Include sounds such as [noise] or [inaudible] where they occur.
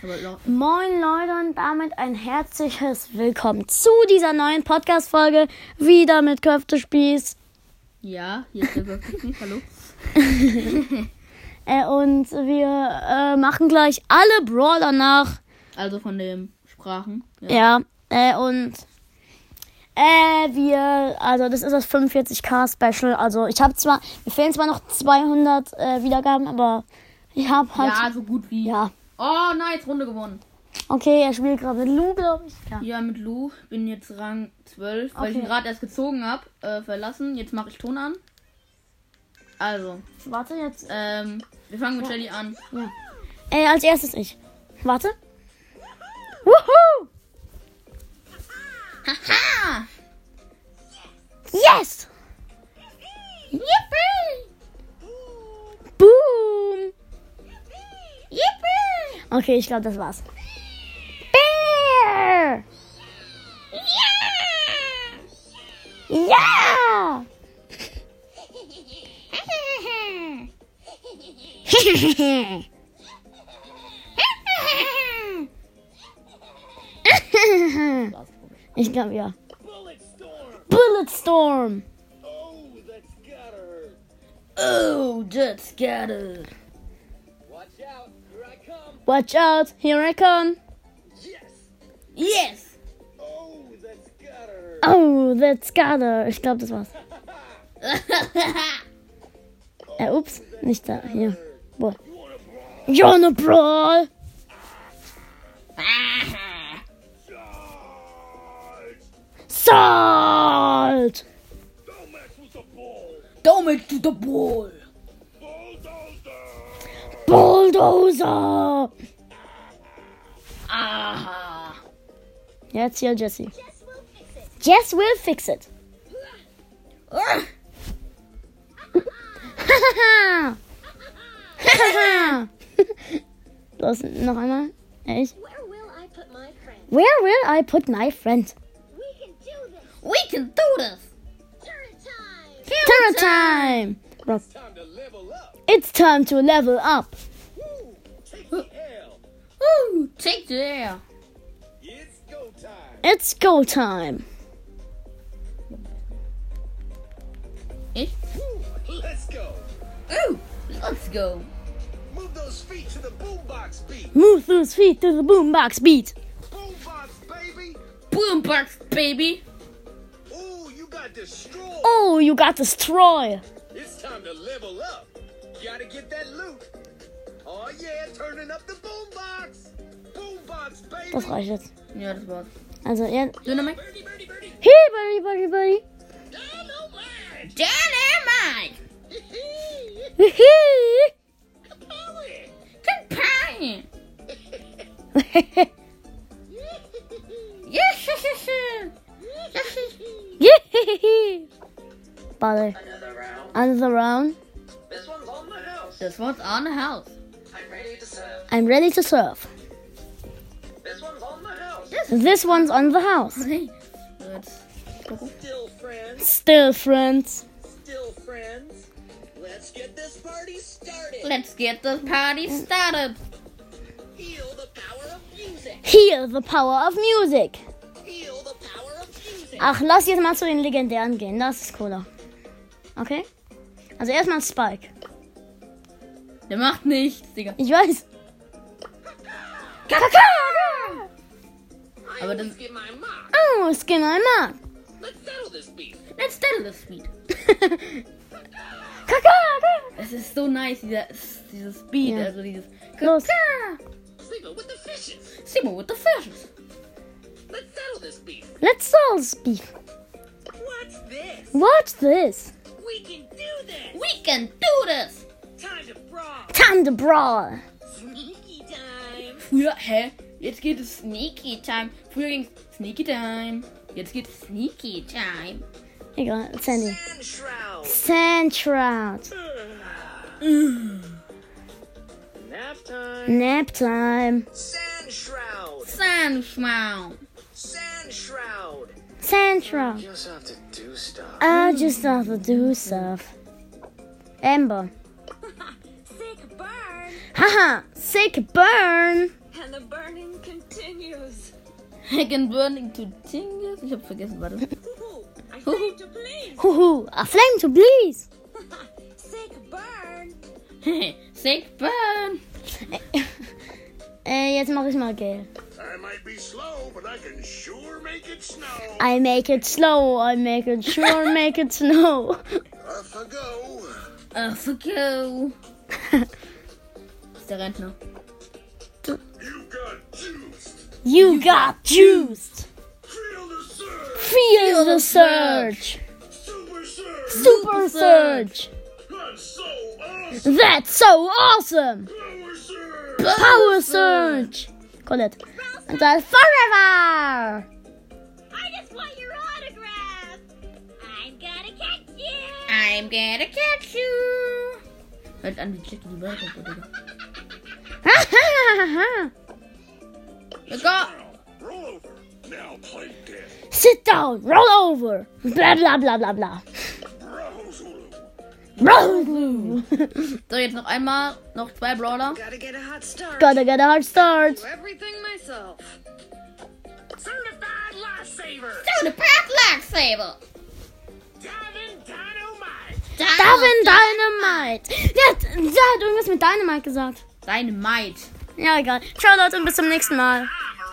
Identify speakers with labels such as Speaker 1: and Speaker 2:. Speaker 1: Hm.
Speaker 2: Moin Leute und damit ein herzliches Willkommen zu dieser neuen Podcast-Folge. Wieder mit Köftespieß.
Speaker 1: Ja, hier ist der Wirklich. Hallo.
Speaker 2: Äh, und wir äh, machen gleich alle Brawler nach.
Speaker 1: Also von den Sprachen. Ja.
Speaker 2: Ja. Äh, und äh, wir, also das ist das 45k-Special. Also ich habe zwar, mir fehlen zwar noch 200 äh, Wiedergaben, aber ich habe halt...
Speaker 1: ja, so gut wie.
Speaker 2: ja.
Speaker 1: Oh, nice, Runde gewonnen.
Speaker 2: Okay, er spielt gerade mit Lou, glaube ich. Ja.
Speaker 1: Ja, mit Lou bin jetzt Rang 12, weil ich
Speaker 2: Okay.
Speaker 1: ihn gerade erst gezogen habe. Äh, verlassen. Jetzt mache ich Ton an. Also,
Speaker 2: Warte jetzt.
Speaker 1: ähm, wir fangen mit Shelly an.
Speaker 2: Äh, als erstes ich. Warte. Wuhu!
Speaker 1: Haha!
Speaker 2: Yes! Yippie! Boom! Yippie! Okay, ich glaube, das war's. Bär! Ja! [laughs] [laughs] Ich glaube ja.
Speaker 3: Bullet storm!
Speaker 2: Bulletstorm!
Speaker 3: Oh, that's gotta hurt!
Speaker 1: Oh, that's got it.
Speaker 3: Watch out! Here I come!
Speaker 2: Watch out, here I come!
Speaker 3: Yes!
Speaker 1: Yes!
Speaker 3: Oh, that's gotta hurt!
Speaker 2: Oh, that's gotta. Ich glaube, das war's. Äh, ups, nicht da. Hier. Boah.
Speaker 3: You wanna
Speaker 2: Jonah
Speaker 3: brawl?
Speaker 2: Brawl!
Speaker 3: Charge!
Speaker 2: Salt!
Speaker 3: Don't mess with the ball!
Speaker 1: Damage to the ball!
Speaker 3: Bulldozer!
Speaker 2: Bulldozer!
Speaker 1: Aha!
Speaker 2: Jetzt hier Jesse. Jess will fix [laughs] it.
Speaker 1: Ah.
Speaker 2: Hahaha! Hahaha! Los, noch einmal. Ich.
Speaker 4: Where will I put my friend?
Speaker 2: Where will I put my friend?
Speaker 4: We can do this!
Speaker 1: We can do this!
Speaker 2: Turn
Speaker 4: Turn time!
Speaker 2: time! Rock.
Speaker 3: Time to level up!
Speaker 2: It's time to level up.
Speaker 3: Woo! Take the L!
Speaker 1: Woo! Take the air!
Speaker 3: It's go time!
Speaker 2: It's go time.
Speaker 1: Ich?
Speaker 3: Let's go!
Speaker 1: Ooh! Let's go!
Speaker 3: Move those feet to the boombox beat!
Speaker 2: Move those feet to the boombox beat.
Speaker 3: Boombox, baby!
Speaker 1: Boombox, baby!
Speaker 3: Ooh, you got destroyed!
Speaker 2: Oh, you got destroy.
Speaker 3: It's time to level up. Gotta get that loot. Oh yeah, turning up the boombox. Boombox,
Speaker 2: Das
Speaker 3: baby.
Speaker 2: reicht jetzt.
Speaker 1: Ja, das war's.
Speaker 2: Also, ja.
Speaker 1: Dynamite?
Speaker 3: Birdie, birdie, birdie.
Speaker 2: Hey, buddy, buddy, buddy.
Speaker 3: Dynamite.
Speaker 1: Dynamite!
Speaker 2: Hihi.
Speaker 3: Polly.
Speaker 1: Kampagne!
Speaker 2: [laughs] Yeehihihi. Buddy.
Speaker 3: Another round.
Speaker 2: Another round.
Speaker 3: This one's on the house.
Speaker 1: Das war's on the house.
Speaker 3: I'm ready to serve.
Speaker 2: I'm ready to serve.
Speaker 3: This one's on the house.
Speaker 2: This one's on the house.
Speaker 1: Hey, Let's Coco.
Speaker 3: Still friends.
Speaker 2: Still friends.
Speaker 3: Still friends. Let's get this party started.
Speaker 1: Let's get the party started.
Speaker 3: Feel the power of music.
Speaker 2: Hear the power of music.
Speaker 3: Feel the power of music.
Speaker 2: Ach, lass jetzt mal zu den Legendären gehen. Das ist cooler. Okay? Also erstmal Spike.
Speaker 1: Der macht nichts, Digga.
Speaker 2: Ich weiß.
Speaker 1: Aber das.
Speaker 3: Get my mark.
Speaker 2: Oh, Skin I [laughs] mag.
Speaker 3: Let's settle this beef.
Speaker 1: Let's settle this beat.
Speaker 2: Kaka.
Speaker 1: Es ist so nice, dieser, dieses Beat,
Speaker 2: Ja.
Speaker 1: also dieses.
Speaker 2: Los.
Speaker 3: Sleep it with the fishes.
Speaker 1: Simon with the fishes.
Speaker 3: Let's settle this beef.
Speaker 2: Let's all speak.
Speaker 3: What's this?
Speaker 2: Watch this.
Speaker 3: We can do this.
Speaker 1: We can do this.
Speaker 3: Time to brawl.
Speaker 2: Time to brawl.
Speaker 3: Sneaky time.
Speaker 1: Früher, hä? Jetzt geht es Sneaky Time. Früher ging's Sneaky Time. Jetzt geht's Sneaky Time.
Speaker 2: Egal, Sandy.
Speaker 3: Sand shroud.
Speaker 2: Sandshroud.
Speaker 3: Nap time.
Speaker 2: Nap time.
Speaker 3: Sand shroud.
Speaker 1: Sunschmau.
Speaker 3: Sand shroud.
Speaker 2: Sandshroud.
Speaker 3: Just have to do stuff.
Speaker 2: I just have to do stuff. Amber.
Speaker 4: Sick burn!
Speaker 2: Haha, sick burn.
Speaker 4: And
Speaker 1: Hack
Speaker 4: the
Speaker 1: and Burning to Tingus. Ich hab vergessen, warte.
Speaker 5: I flame to please. [laughs]
Speaker 2: Huhu, a flame to please.
Speaker 5: Sick burn.
Speaker 1: [laughs] Sick Burn.
Speaker 2: Äh, jetzt mache ich mal Gale.
Speaker 3: I might be slow, but I can sure make it snow.
Speaker 2: I make it slow, I make it [laughs] sure, make it snow.
Speaker 3: Off I go.
Speaker 1: Off we go. Äh, ist der Rentner.
Speaker 3: You got juiced.
Speaker 2: You got juiced.
Speaker 3: Feel the surge.
Speaker 2: Feel the surge.
Speaker 3: Super
Speaker 2: Super
Speaker 3: surge.
Speaker 2: surge.
Speaker 3: That's so
Speaker 2: That's so awesome.
Speaker 3: awesome. Power surge.
Speaker 2: Power surge. Colette. Und dann forever.
Speaker 4: I just want your autograph. I'm gonna catch you.
Speaker 1: I'm gonna catch you. Hört an, wie klicken die Wörter, so, Digga. Digga!
Speaker 3: Now, roll over. Now play dead.
Speaker 2: Sit down, roll over. Bla bla bla bla bla.
Speaker 3: Bravo, Zulu.
Speaker 2: Roll.
Speaker 1: So, jetzt noch einmal. Noch zwei Brawler.
Speaker 5: Gotta get a hot start.
Speaker 2: [laughs] Gotta get a hard start.
Speaker 5: Everything myself.
Speaker 3: Certified lifesaver.
Speaker 1: the Path Lifesaver.
Speaker 3: Diving dynamite.
Speaker 2: Uh, Davin Dynamite. Der hat, der hat irgendwas mit Dynamite gesagt.
Speaker 1: Deine Maid.
Speaker 2: Ja, egal. Ciao Leute und bis zum nächsten Mal.
Speaker 3: Ah.